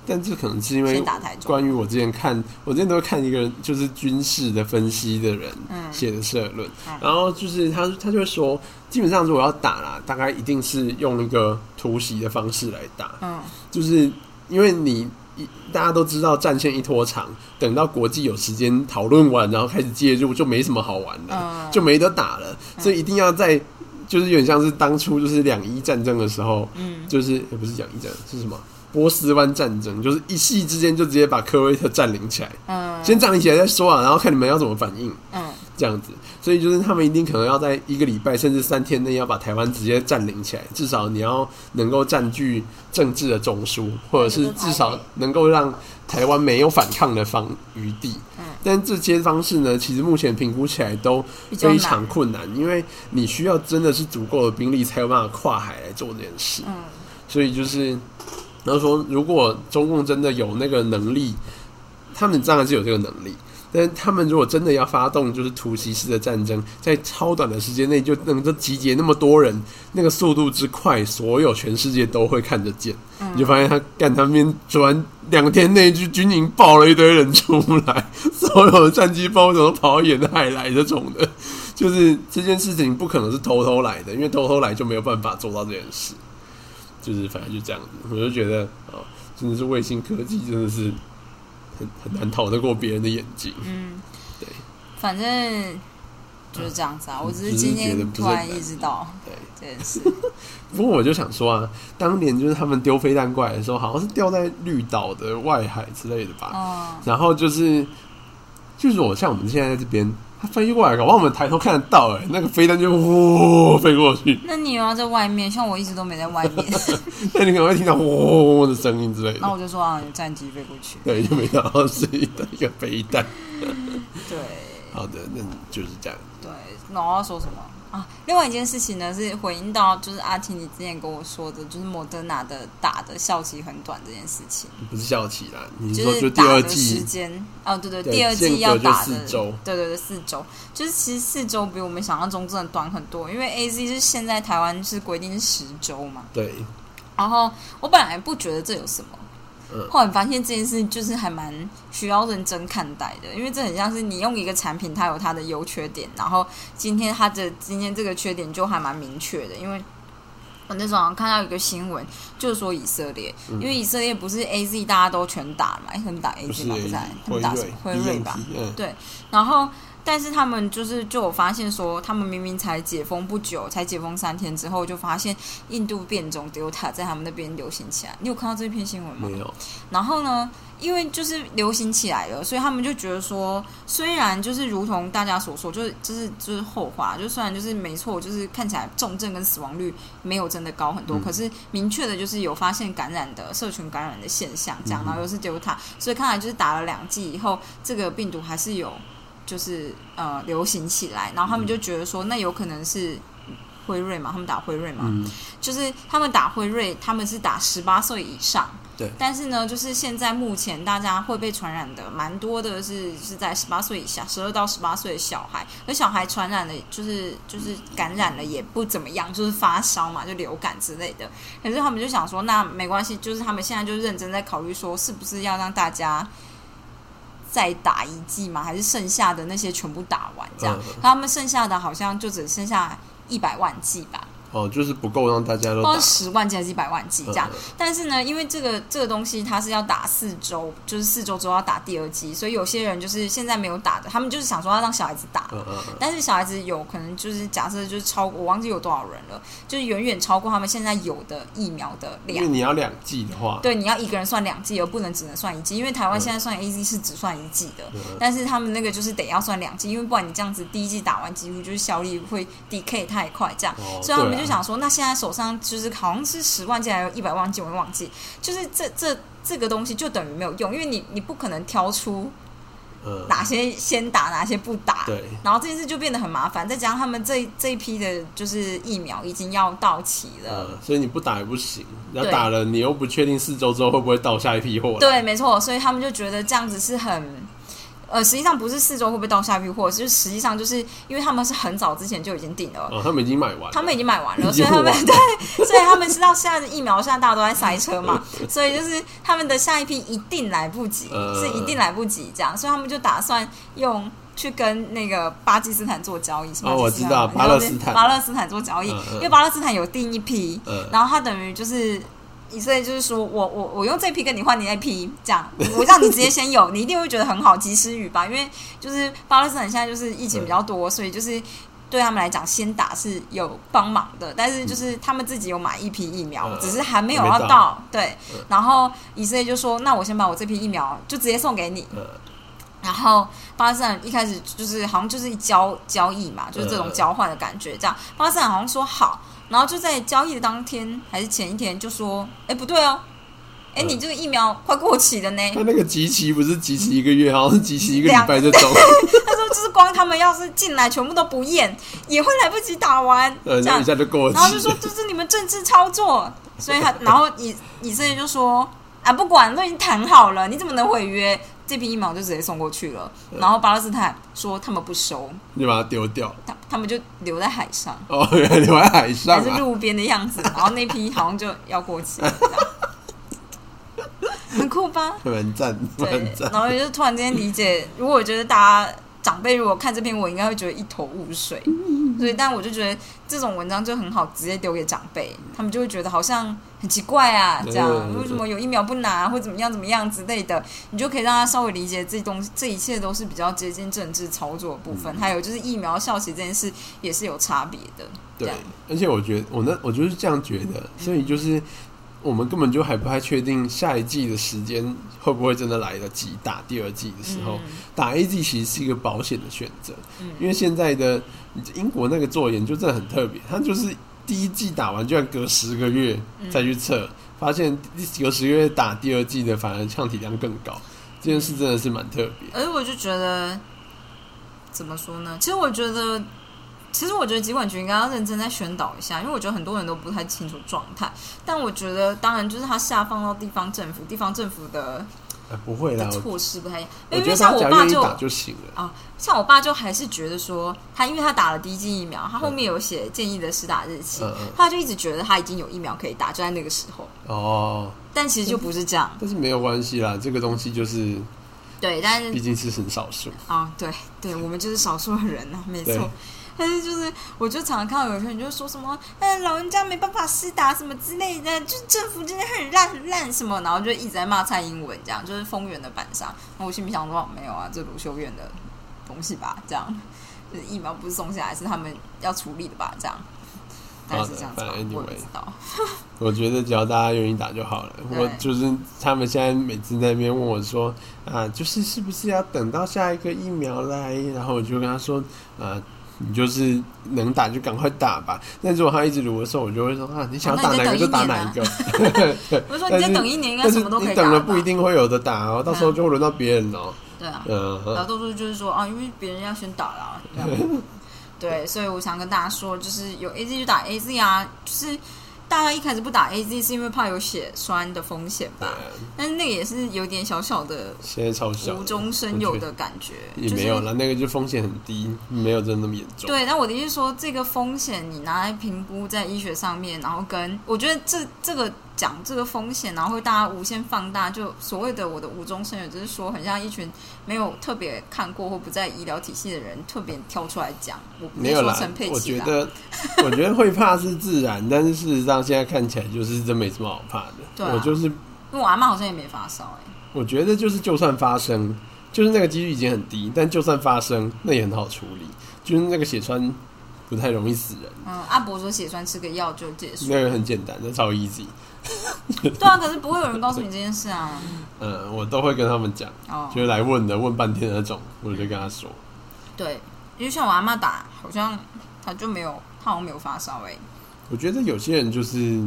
S2: 但这可能是因为
S1: 先打台中
S2: 关于我之前看，我之前都会看一个人就是军事的分析的人
S1: 嗯
S2: 写的社论，
S1: 嗯
S2: 然后就是他他就会说，基本上如果要打啦，大概一定是用一个突袭的方式来打，
S1: 嗯
S2: 就是因为你一大家都知道战线一拖长，等到国际有时间讨论完，然后开始介入，就没什么好玩的，
S1: 嗯
S2: 就没得打了，所以一定要在。就是有点像是当初就是两伊战争的时候，
S1: 嗯，
S2: 就是也不是两伊战争是什么？波斯湾战争就是一夕之间就直接把科威特占领起来，
S1: 嗯
S2: 先占领起来再说啊，然后看你们要怎么反应
S1: 嗯
S2: 这样子。所以就是他们一定可能要在一个礼拜甚至三天内要把台湾直接占领起来，至少你要能够占据政治的中枢，或者是至少能够让台湾没有反抗的防余地。
S1: 嗯
S2: 但这些方式呢，其实目前评估起来都
S1: 比较
S2: 非
S1: 难
S2: 常，困难，因为你需要真的是足够的兵力才有办法跨海来做这件事。
S1: 嗯
S2: 所以就是，然后说，如果中共真的有那个能力，他们当然是有这个能力，但是他们如果真的要发动就是突袭式的战争，在超短的时间内就能够集结那么多人，那个速度之快，所有全世界都会看得见。
S1: 嗯，
S2: 你就发现他干他们昨晚两天内去军营爆了一堆人出来， [laughs] 所有的战机包都跑到沿海来这种的，就是这件事情不可能是偷偷来的，因为偷偷来就没有办法做到这件事。就是反正就这样子，我就觉得啊、哦真的是卫星科技真的是很很难逃得过别人的眼睛。
S1: 嗯，
S2: 对，
S1: 反正就是这样子啊。我只是
S2: 只
S1: 今
S2: 是觉得
S1: 天
S2: 不是
S1: 突
S2: 很
S1: 然
S2: 难
S1: 意识到
S2: 对，
S1: 这件事，
S2: 不过我就想说啊，当年就是他们丢飞弹过来的时候，好像是掉在绿岛的外海之类的吧。
S1: 嗯，
S2: 然后就是就是我像我们现在在这边，它飞过来，搞不好我们抬头看得到、哎，那个飞弹就呼飞过去，
S1: 那你有要在外面，像我一直都没在外
S2: [laughs]
S1: 面， [laughs]
S2: 那你可能会听到呼的声音之类
S1: 那
S2: 的。
S1: 我就说啊，有战机飞过
S2: [laughs]
S1: 去，
S2: 对，就没想到是一个一个飞弹。
S1: 对。
S2: 好的，那就是这样。
S1: 对，然后要说什么啊？另外一件事情呢，是回应到就是阿婷你之前跟我说的，就是莫德纳的打的效期很短这件事情，
S2: 不是校期啦，你
S1: 就
S2: 说
S1: 是
S2: 第
S1: 打
S2: 二
S1: 的时
S2: 季，
S1: 间哦，对对，
S2: 对
S1: 第二
S2: 间
S1: 季
S2: 隔
S1: 要
S2: 就
S1: 打
S2: 四
S1: 的，
S2: 周
S1: 对对对，四周，就是其实四周比我们想象中真的短很多，因为 A Z 是现在台湾是规定是十周嘛，
S2: 对，
S1: 然后我本来不觉得这有什么。
S2: 嗯
S1: 后来发现这件事就是还蛮需要认真看待的，因为这很像是你用一个产品，它有它的优缺点，然后今天它的今天这个缺点就还蛮明确的，因为。我那时候好像看到一个新闻，就是说以色列，因为以色列不是 A Z 大家都全打了嘛，诶他们打 A
S2: 不
S1: Z
S2: 是
S1: 嘛，不是啊他们打什么
S2: 辉
S1: 辉瑞吧？
S2: BNT 嗯，
S1: 然后，但是他们就是就我发现说，他们明明才解封不久，才解封三天之后，就发现印度变种 Delta 在他们那边流行起来。你有看到这篇新闻吗？
S2: 没有，
S1: 然后呢，因为就是流行起来了，所以他们就觉得说，虽然就是如同大家所说，就是就是就是后话，就虽然就是没错，就是看起来重症跟死亡率没有真的高很多，
S2: 嗯
S1: 可是明确的就是有发现感染的社群感染的现象，这样，
S2: 嗯
S1: 然后又是 Delta，所以看来就是打了两剂以后，这个病毒还是有就是呃流行起来，然后他们就觉得说，那有可能是辉瑞嘛，他们打辉瑞嘛，
S2: 嗯，
S1: 就是他们打辉瑞，他们是打十八岁以上。
S2: 对
S1: 但是呢，就是现在目前大家会被传染的蛮多的是是在十八岁以下，十二到十八岁的小孩，而小孩传染了就是就是感染了也不怎么样，就是发烧嘛，就流感之类的。可是他们就想说，那没关系，就是他们现在就认真在考虑说，是不是要让大家再打一剂嘛，还是剩下的那些全部打完这样？
S2: 嗯
S1: 他们剩下的好像就只剩下一百万剂吧。
S2: 哦，就是不够让大家都
S1: 不知
S2: 打嗯
S1: 道是十万剂还是一百万剂这样。但是呢，因为这个这个东西它是要打四周，就是四周之后要打第二剂，所以有些人就是现在没有打的，他们就是想说要让小孩子打。
S2: 嗯嗯嗯
S1: 但是小孩子有可能就是假设就是超过我忘记有多少人了，就是远远超过他们现在有的疫苗的
S2: 嗯，因为
S1: 量。
S2: 你要两季的话，
S1: 对，你要一个人算两剂，而不能只能算一剂，因为台湾现在算 A Z 是只算一剂的，
S2: 嗯嗯
S1: 但是他们那个就是得要算两剂，因为不然你这样子第一剂打完，几乎就是效力会 decay 太快这样。
S2: 哦
S1: 所以他们
S2: 对啊
S1: 就想说，那现在手上就是好像是十万剂还有一百万剂，我忘记，就是这这这个东西就等于没有用，因为你你不可能挑出
S2: 嗯
S1: 哪些先打，哪些不打。
S2: 对
S1: 然后这件事就变得很麻烦，再加上他们这这一批的就是疫苗已经要到期了，
S2: 嗯，所以你不打也不行，要
S1: 呃对
S2: 打了你又不确定四周之后会不会到下一批货来。
S1: 对，没错，所以他们就觉得这样子是很。呃，实际上不是四周会不会到下批货，就是实际上就是因为他们是很早之前就已经订了。
S2: 哦，他们已经买完了，
S1: 他们已经买完
S2: [laughs]
S1: 了，
S2: 已
S1: 所
S2: 经
S1: 以他们
S2: 完了
S1: 对，所以他们知道现在的疫苗现在大家都在塞车
S2: [laughs]
S1: 嘛，所以就是他们的下一批一定来不及，
S2: 呃
S1: 是一定来不及这样，所以他们就打算用去跟那个巴基斯坦做交易，是吗？
S2: 哦我知道
S1: 巴基
S2: 巴勒斯
S1: 斯
S2: 坦
S1: 坦嘛，然后跟巴勒斯坦做交易，
S2: 嗯嗯
S1: 因为巴勒斯坦有订一批，
S2: 嗯
S1: 然后他等于就是。以色列就是说我我我用这批跟你换你那批，这样我让你直接先有，你一定会觉得很好，及时雨吧？因为就是巴勒斯坦现在就是疫情比较多，所以就是对他们来讲，先打是有帮忙的，但是就是他们自己有买一批疫苗，
S2: 嗯
S1: 只是还没有
S2: 还
S1: 要
S2: 没到嗯
S1: 对，然后以色列就说：“那我先把我这批疫苗就直接送给你。
S2: 嗯
S1: 然后巴勒斯坦一开始就是好像就是交交易嘛，就是这种交换的感觉，这样巴勒斯坦好像说好，然后就在交易的当天还是前一天就说：“哎，不对哦，哎，
S2: 嗯
S1: 你这个疫苗快过期了呢。” [laughs]
S2: 他那个集齐不是集齐一个月，好像是集齐一个礼
S1: 两
S2: 拜就到。 [laughs]
S1: 他说：“就是光他们要是进来全部都不验，也会来不及打完。”
S2: 呃，
S1: 这
S2: 然后
S1: 样
S2: 一下就过期
S1: 然后就
S2: [laughs]
S1: 说这是你们政治操作，所以他然后以以色列就说啊，不管都已经谈好了，你怎么能毁约？这批疫苗就直接送过去了。然后巴勒斯坦说他们不收，
S2: 你就把它丢掉。
S1: 他他们就留在海上，
S2: 哦，原来留在海
S1: 还
S2: 上
S1: 是
S2: 啊！
S1: 路边的样子。然后那批好像就要过期了，这样很酷吧？
S2: [laughs] 蛮赞，
S1: 对
S2: 蛮，赞
S1: 然。后就突然间理解， [laughs] 如果我觉得大家长辈如果看这篇文，应该会觉得一头雾水。
S2: 嗯
S1: 所以，但我就觉得这种文章就很好，直接丢给长辈，他们就会觉得好像很奇怪啊，这样
S2: 嗯
S1: 为什么有疫苗不拿，或怎么样怎么样之类的，你就可以让他稍微理解这东西，这一切都是比较接近政治操作的部
S2: 嗯
S1: 分。还有就是疫苗效期这件事也是有差别的，这
S2: 对
S1: 样，
S2: 而且我觉得我那我就是这样觉得，所以就是我们根本就还不太确定下一季的时间会不会真的来得及打第二季的时候，打 A 季其实是一个保险的选择，
S1: 嗯
S2: 因为现在的英国那个做的研究真的很特别，它就是第一季打完，居然隔十个月
S1: 嗯
S2: 再去测，发现第隔十个月打第二季的反而抗体量更高，这件事真的是蛮特别。
S1: 而且哎我就觉得，怎么说呢？其实我觉得，其实我觉得疾管局应该要认真再宣导一下，因为我觉得很多人都不太清楚状态。但我觉得，当然就是它下放到地方政府，地方政府的
S2: 啊不会啦
S1: 的，
S2: 我
S1: 措施不太一样。
S2: 我
S1: 因
S2: 觉得
S1: 为
S2: 大
S1: 像我
S2: 家
S1: 爸
S2: 愿意
S1: 就啊
S2: 打就行了。
S1: 像我爸就还是觉得说，他因为他打了第一剂疫苗，他后面有写建议的施打日期，
S2: 嗯嗯
S1: 他就一直觉得他已经有疫苗可以打，就在那个时候。
S2: 哦，
S1: 但其实就不是这样，
S2: 但是没有关系啦，这个东西就是
S1: 嗯对，但是
S2: 毕竟是很少数。
S1: 啊，对对，我们就是少数的人呐、啊没
S2: 对
S1: 错。但是就是，我就常常看到有些人就说什么，嗯、老人家没办法施打什么之类的，就是政府真的很烂很烂什么，然后就一直在骂蔡英文这样，就是丰原的板上。那我心里想说，没有啊，这卢修院的东西吧，这样，就是疫苗不是送下来，是他们要处理的吧，这样，大概
S2: 好
S1: 是
S2: 的
S1: 这样子吧，
S2: 啊反正
S1: 我也不
S2: anyway
S1: 知道。
S2: 我觉得只要大家愿意打就好了。
S1: 对
S2: 我就是他们现在每次在那边问我说啊，就是是不是要等到下一个疫苗来？然后我就跟他说啊。你就是能打就赶快打吧。但如果他一直撸的时候，我就会说啊，你想
S1: 哦
S2: 要打哪个就打哪一个。 [laughs]
S1: 我就说
S2: 但
S1: 啊你再
S2: 是
S1: 等一年，应该
S2: 但
S1: 什
S2: 是
S1: 么都可
S2: 你
S1: 以打
S2: 等
S1: 了
S2: 了
S1: 吧嗯
S2: 不一定会有的打哦，到时候就会轮到别人哦。
S1: 对啊。然后
S2: 嗯，
S1: 到处就是说啊，因为别人要先打啦，这
S2: [laughs]
S1: 样对，所以我想跟大家说，就是有 A Z 就打 A Z 啊，就是大家一开始不打 A Z 是因为怕有血栓的风险
S2: 对
S1: 吧，但是那个也是有点小小的
S2: 现在超小的，
S1: 无中生有的感觉，
S2: 也
S1: 就是
S2: 没有了，那个就风险很低，没有真的那么严重。
S1: 对，但我的意思是说，这个风险你拿来评估在医学上面，然后跟我觉得这这个讲这个风险，然后会大家无限放大，就所谓的我的无中生有，就是说很像一群没有特别看过或不在医疗体系的人特别挑出来讲。我不
S2: 没
S1: 是
S2: 有
S1: 说
S2: 啦
S1: 陈佩，
S2: 我
S1: 琪
S2: 觉
S1: 啦，
S2: 得， [laughs] 我觉得会怕是自然，但是事实上现在看起来就是真没什么好怕的。
S1: 对啊
S2: 我就是，
S1: 因为我阿妈好像也没发烧哎、
S2: 我觉得就是就算发生，就是那个几率已经很低，但就算发生，那也很好处理，就是那个血栓不太容易死人，
S1: 嗯，阿伯说血栓吃个药就结束。
S2: 那个很简单，那超 easy。
S1: 对啊，可是不会有人告诉你这件事啊。
S2: 嗯，我都会跟他们讲，
S1: 哦，
S2: 就是来问的，问半天的那种，我就跟他说，
S1: 对，因为像我阿妈打，好像她就没有，她好像没有发烧哎、
S2: 我觉得有些人就是，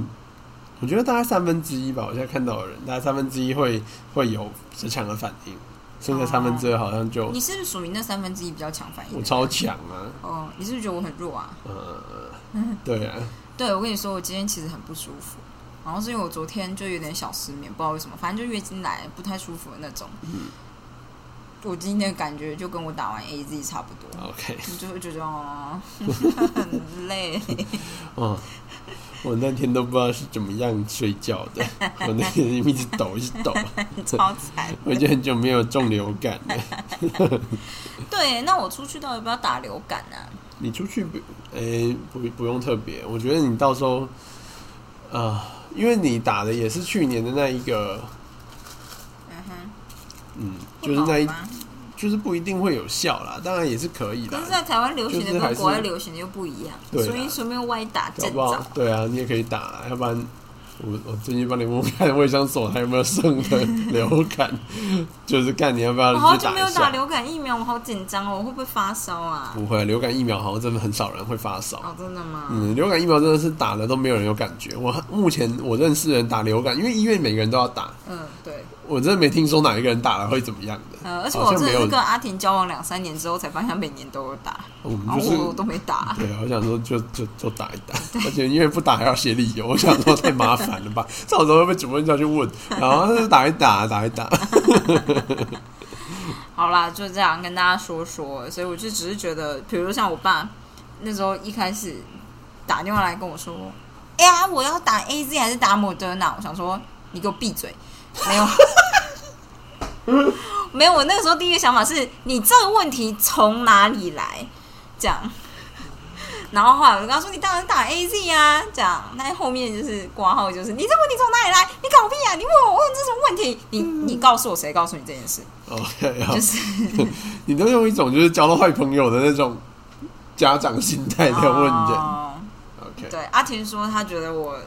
S2: 我觉得大概三分之一吧，我现在看到的人，大概三分之一会会有很强的反应，剩下三分之二好像就、
S1: 你是不是属于那三分之一比较强反应的
S2: 我
S1: 人？
S2: 超强啊，
S1: 哦，你是不是觉得我很弱啊？
S2: 呃，对啊，
S1: 对，我跟你说，我今天其实很不舒服，然后是因为我
S2: 嗯
S1: 昨天就有点小失眠，不知道为什么，反正就月经来不太舒服的那种。我今天的感觉就跟我打完 A Z 差不多，
S2: OK，
S1: 我就会觉得
S2: [laughs]
S1: 哦很累。
S2: 哦，我那天都不知道是怎么样睡觉的，我那天一直抖，一直抖，
S1: 超惨。
S2: 我已经很久没有中流感了。
S1: 对，那我出去到底要不要打流感啊呢、
S2: 你出去不，诶、不不用特别，我觉得你到时候，呃，因为你打的也是去年的那一个，
S1: 嗯哼，
S2: 嗯，
S1: 不
S2: 就是那一
S1: 好吗
S2: 就是不一定会有效啦，当然也是可以的
S1: 可，是，在啊台湾流行
S2: 就是
S1: 的
S2: 还
S1: 跟
S2: 是
S1: 国外流行的又不一样，
S2: 对啦啊
S1: 所以说明万一打
S2: 搞
S1: 正
S2: 不好
S1: 着，
S2: 对啊，你也可以打啦，要不然我我最近帮你问问看卫生所还有没有剩的流感，就是看你要不要
S1: 我好
S2: 去
S1: 久
S2: 打
S1: 没
S2: 一
S1: 有打
S2: 下。
S1: 流感疫苗，我好紧张哦，我会不会发烧啊？
S2: 不会，流感疫苗好像真的很少人会发烧。
S1: 哦，真的吗？
S2: 嗯，流感疫苗真的是打了都没有人有感觉。我目前我认识人打流感，因为医院每个人都要打，
S1: 嗯，对，
S2: 我真的没听说哪一个人打了会怎么样的。
S1: 呃，而且
S2: 好
S1: 我
S2: 像
S1: 真
S2: 没
S1: 的
S2: 有
S1: 是跟阿婷交往两三年之后，才发现她每年都有打，
S2: 哦我们
S1: 然
S2: 就
S1: 后
S2: 是
S1: 我我都没打。
S2: 对，我想说就就就打一打，而且因为不打还要写理由，我想说太麻烦了吧， [laughs] 这种时候被主任叫去问，然后就打一打打一打，
S1: 好啦，就这样跟大家说说。所以我就只是觉得，比如像我爸那时候一开始打电话来跟我说：“哎、呀，我要打 A Z 还是打莫德纳？”我想说你给我闭嘴，没有。 [laughs] 没有，我那个时候第一个想法是你这个问题从哪里来？这样，然后后来我就跟他说：“你当然打 A Z 啊。”这样，那后面就是挂号，就是你这问题从哪里来？你搞屁啊！你问我问这什么问题？你你告诉我谁告诉你这件事？
S2: OK，好
S1: 就，是
S2: 你都用一种就是交到坏朋友的那种家长心态在问人
S1: 哦
S2: ，OK，
S1: 对，阿婷说她觉得我，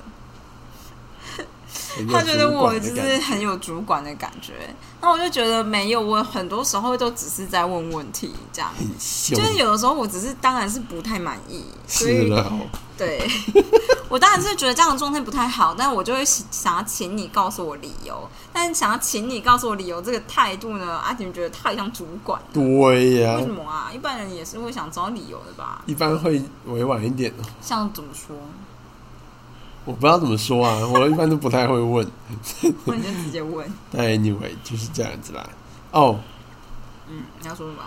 S2: 很有
S1: 她觉得
S2: 主
S1: 我
S2: 管的
S1: 就
S2: 感
S1: 是
S2: 觉
S1: 很有主管的感觉。那我就觉得没有，我很多时候都只是在问问题，这样。
S2: 很凶
S1: 就，是有的时候我只是当然是不太满意，所
S2: 是
S1: 以
S2: 了哦，
S1: 对 [laughs] 我当然是觉得这样的状态不太好，但我就会想要请你告诉我理由。但想要请你告诉我理由这个态度呢，阿婷觉得太像主管了。
S2: 对呀
S1: 为，什么啊？一般人也是会想找理由的吧？
S2: 一般会委婉一点，
S1: 像怎么说？
S2: 我不知道怎么
S1: [laughs]
S2: 说啊，我一般都不太会问，
S1: 或者就直接问。
S2: 但 anyway 就是这样子啦，哦。
S1: 嗯，你要说什么？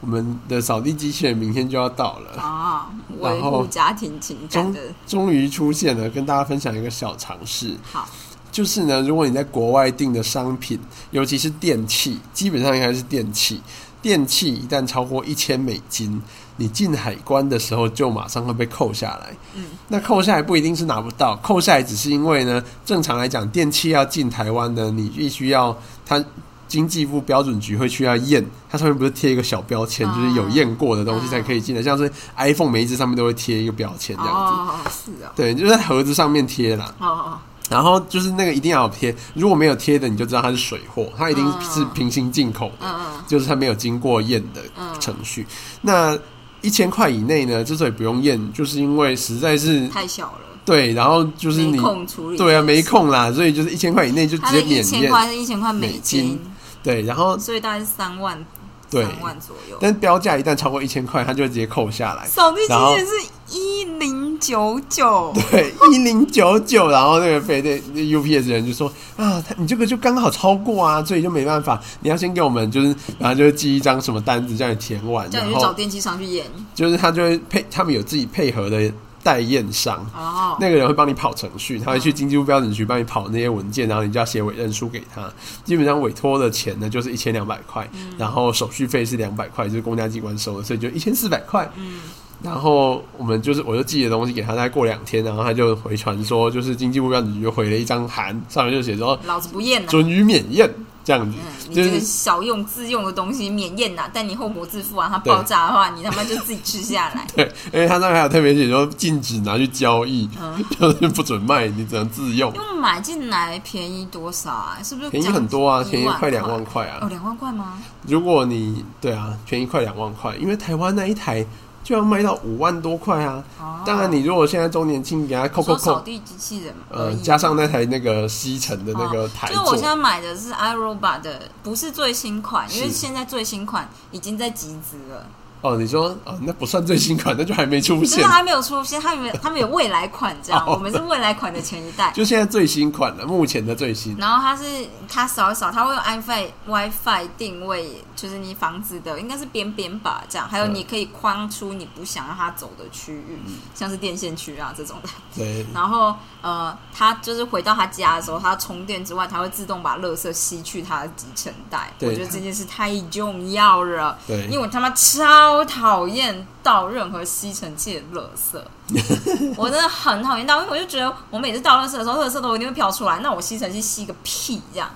S2: 我们的扫地机器人明天就要到了，
S1: 啊，维
S2: 然后
S1: 护家庭情感
S2: 终
S1: 的
S2: 终于出现了，跟大家分享一个小常识，
S1: 好，
S2: 就是呢，如果你在国外订的商品，尤其是电器，基本上应该是电器，电器一旦超过一千美金，你进海关的时候就马上会被扣下来。
S1: 嗯，
S2: 那扣下来不一定是拿不到，扣下来只是因为呢，正常来讲，电器要进台湾呢，你必须要它。经济部标准局会去要验，它上面不是贴一个小标签，
S1: 哦
S2: 就是有验过的东西才可以进来，像是 iPhone 每一只上面都会贴一个标签这样子。
S1: 哦，是哦，
S2: 对，就在盒子上面贴啦。
S1: 好好好，
S2: 然后就是那个一定要有贴，如果没有贴的，你就知道它是水货，它一定
S1: 嗯
S2: 是平行进口的，
S1: 嗯
S2: 就是它没有经过验的程序。那一千块以内呢，之所以不用验，就是因为实在是
S1: 嗯，太小了，
S2: 对，然后就是
S1: 没
S2: 你
S1: 空处理，
S2: 对啊没，空啦，所以就是一千块以内就直
S1: 他
S2: 接
S1: 的一
S2: 免
S1: 千
S2: 验。
S1: 块是一千块
S2: 美
S1: 美
S2: 金，对，然后
S1: 所以大概是三万，
S2: 对
S1: 三万左右。
S2: 但标价一旦超过一千块，它就会直接扣下来。
S1: 扫地机
S2: 然后
S1: 器人是一零九九，
S2: 对，一零九九，然后那个飞队那 UPS 人就说啊，他你这个就刚好超过啊，所以就没办法，你要先给我们就是，然后就寄一张什么单子叫你填完，
S1: 叫
S2: 然
S1: 你去找
S2: 后
S1: 电器商去演
S2: 就是他就会配，他们有自己配合的代验商。
S1: 哦。
S2: 那个人会帮你跑程序，他会去经济部标准局帮你跑那些文件，然后你就要写委任书给他。基本上委托的钱呢就是一千两百块，
S1: 嗯
S2: 然后手续费是两百块，就是公家机关收的，所以就一千四百块。
S1: 嗯
S2: 然后我们就是我就寄的东西给他，大概过两天，然后他就回传说，就是经济部标准局就回了一张函，上面就写说
S1: 老子不验呐、
S2: 准予免验这样子
S1: 嗯，，你
S2: 就
S1: 这个
S2: 是
S1: 小用自用的东西免验呐、但你后果自负啊！它
S2: 对
S1: 爆炸的话，你他妈就自己吃下来。
S2: 对，因为他上面还有特别写说禁止拿去交易，
S1: 嗯
S2: 就是不准卖，你只能自用
S1: 因，为买进来便宜多少啊？是不是
S2: 便宜很多啊，
S1: 讲
S2: 便宜快两万
S1: 万
S2: 块啊，
S1: 哦，两万块吗？
S2: 如果你对啊，便宜快两万块，因为台湾那一台就要卖到五万多块啊。
S1: 哦，
S2: 当然，你如果现在周年庆给它扣
S1: 你
S2: 扣
S1: 说扫
S2: 扣，
S1: 地机器人而
S2: 呃
S1: 已，哦
S2: 加上那台那个吸尘的那个台
S1: 就是
S2: 座
S1: 我，现在买的是 iRobot 的，不是最新款，因为
S2: 是
S1: 现在最新款已经在集资了。
S2: 哦，你说哦，那不算最新款，那就还没出
S1: 就是啊
S2: 现。
S1: 它没有出现，它没有它没有未来款这样，
S2: 哦
S1: 我们是未来款的前一代。
S2: [laughs] 就现在最新款了，目前的最新。
S1: 然后它是它扫一扫，它会用 WiFi WiFi 定位，就是你房子的应该是边边吧，这样，还有
S2: 嗯
S1: 你可以框出你不想让它走的区域，像是电线区啊这种的。
S2: 对，
S1: 然后呃，它就是回到他家的时候，它充电之外，它会自动把垃圾吸去它的集成袋。我
S2: 对
S1: 觉得这件事太重要了，
S2: 对
S1: 因为我他妈超讨厌倒任何吸尘器的垃圾，
S2: [laughs]
S1: 我真的很讨厌倒，因为我就觉得我每次倒垃圾的时候，垃圾都一定会飘出来，那我吸尘器吸个屁这
S2: [laughs]
S1: 样，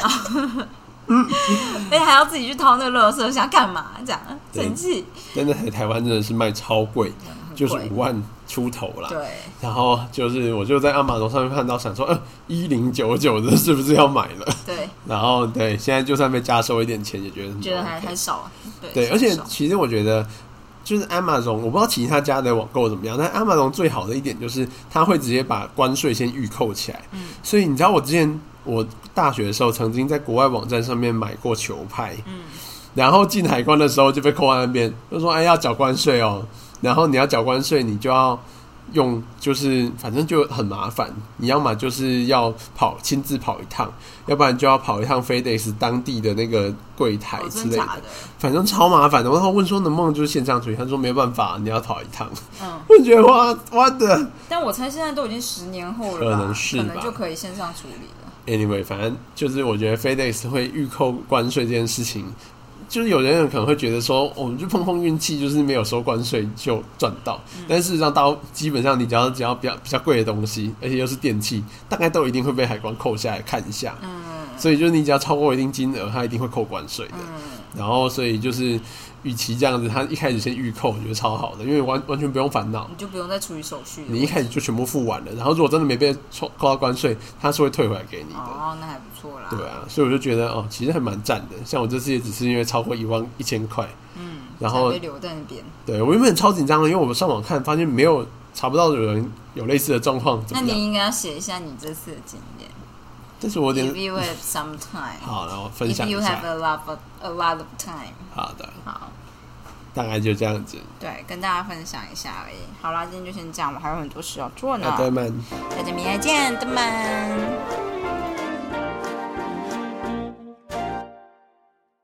S1: 然后而且还要自己去掏那个垃圾，想干嘛这样，
S2: 对
S1: 生
S2: [laughs]
S1: 气，
S2: 但是台台湾真的是卖超贵，就是
S1: 嗯贵
S2: 五万出头啦。
S1: 对。
S2: 然后就是我就在阿玛龙上面看到，想说，呃，一零九九的是不是要买了？
S1: 对，
S2: 然后对，现在就算被加收一点钱，也觉得很
S1: 觉得还
S2: OK
S1: 还少，对
S2: 对，
S1: 还
S2: 而且
S1: 少
S2: 其实我觉得，就是 Amazon，我不知道其他家的网购怎么样，但 Amazon 最好的一点就是它会直接把关税先预扣起来。
S1: 嗯，
S2: 所以你知道我之前我大学的时候曾经在国外网站上面买过球拍，
S1: 嗯，
S2: 然后进海关的时候就被扣在那边，就说哎要缴关税哦，然后你要缴关税，你就要。用就是反正就很麻烦，你要么就是要跑亲自跑一趟，要不然就要跑一趟 FedEx 当地的那个柜台
S1: 哦
S2: 之
S1: 真
S2: 类的
S1: 假。的，
S2: 反正超麻烦的。然后问说能不能就是线上处理，他说没有办法，你要跑一趟。 [laughs]
S1: 嗯，
S2: 我觉得哇哇的
S1: 但我猜现在都已经十年后了吧，
S2: 可能是吧
S1: 可能就可以线上处理了。
S2: ，anyway，反正就是我觉得 FedEx 会预扣关税这件事情，就是有人可能会觉得说，我们就碰碰运气，就是没有收关税就赚到。
S1: 嗯
S2: 但事实上，到基本上你只要只要比较比较贵的东西，而且又是电器，大概都一定会被海关扣下来看一下。
S1: 嗯
S2: 所以就是你只要超过一定金额，它一定会扣关税的。
S1: 嗯，
S2: 然后所以就是，与其这样子，它一开始先预扣，我觉得超好的，因为完完全不用烦恼。
S1: 你就不用再处理手续了。
S2: 你一开始就全部付完了，然后如果真的没被扣扣到关税，它是会退回来给你的，
S1: 哦，那还不错啦。
S2: 对啊，所以我就觉得哦，其实还蛮赞的。像我这次也只是因为超过一万一千块，
S1: 嗯，
S2: 然后
S1: 才被留在那边。
S2: 对我原本超紧张的，因为我们上网看发现没有查不到有人有类似的状况，怎
S1: 那
S2: 么
S1: 你
S2: 样？
S1: 应该要写一下你这次的经验。
S2: 但是我有
S1: If
S2: 点
S1: you have some time,
S2: 好，然后分
S1: if
S2: 享
S1: you
S2: 一
S1: have
S2: 下，
S1: a lot of a lot of time，
S2: 好的，
S1: 好，
S2: 大概就这样子。
S1: 对，跟大家分享一下而已。好啦，今天就先这样，我还有很多事要做呢
S2: 阿。德曼。
S1: 大家明天见，拜拜。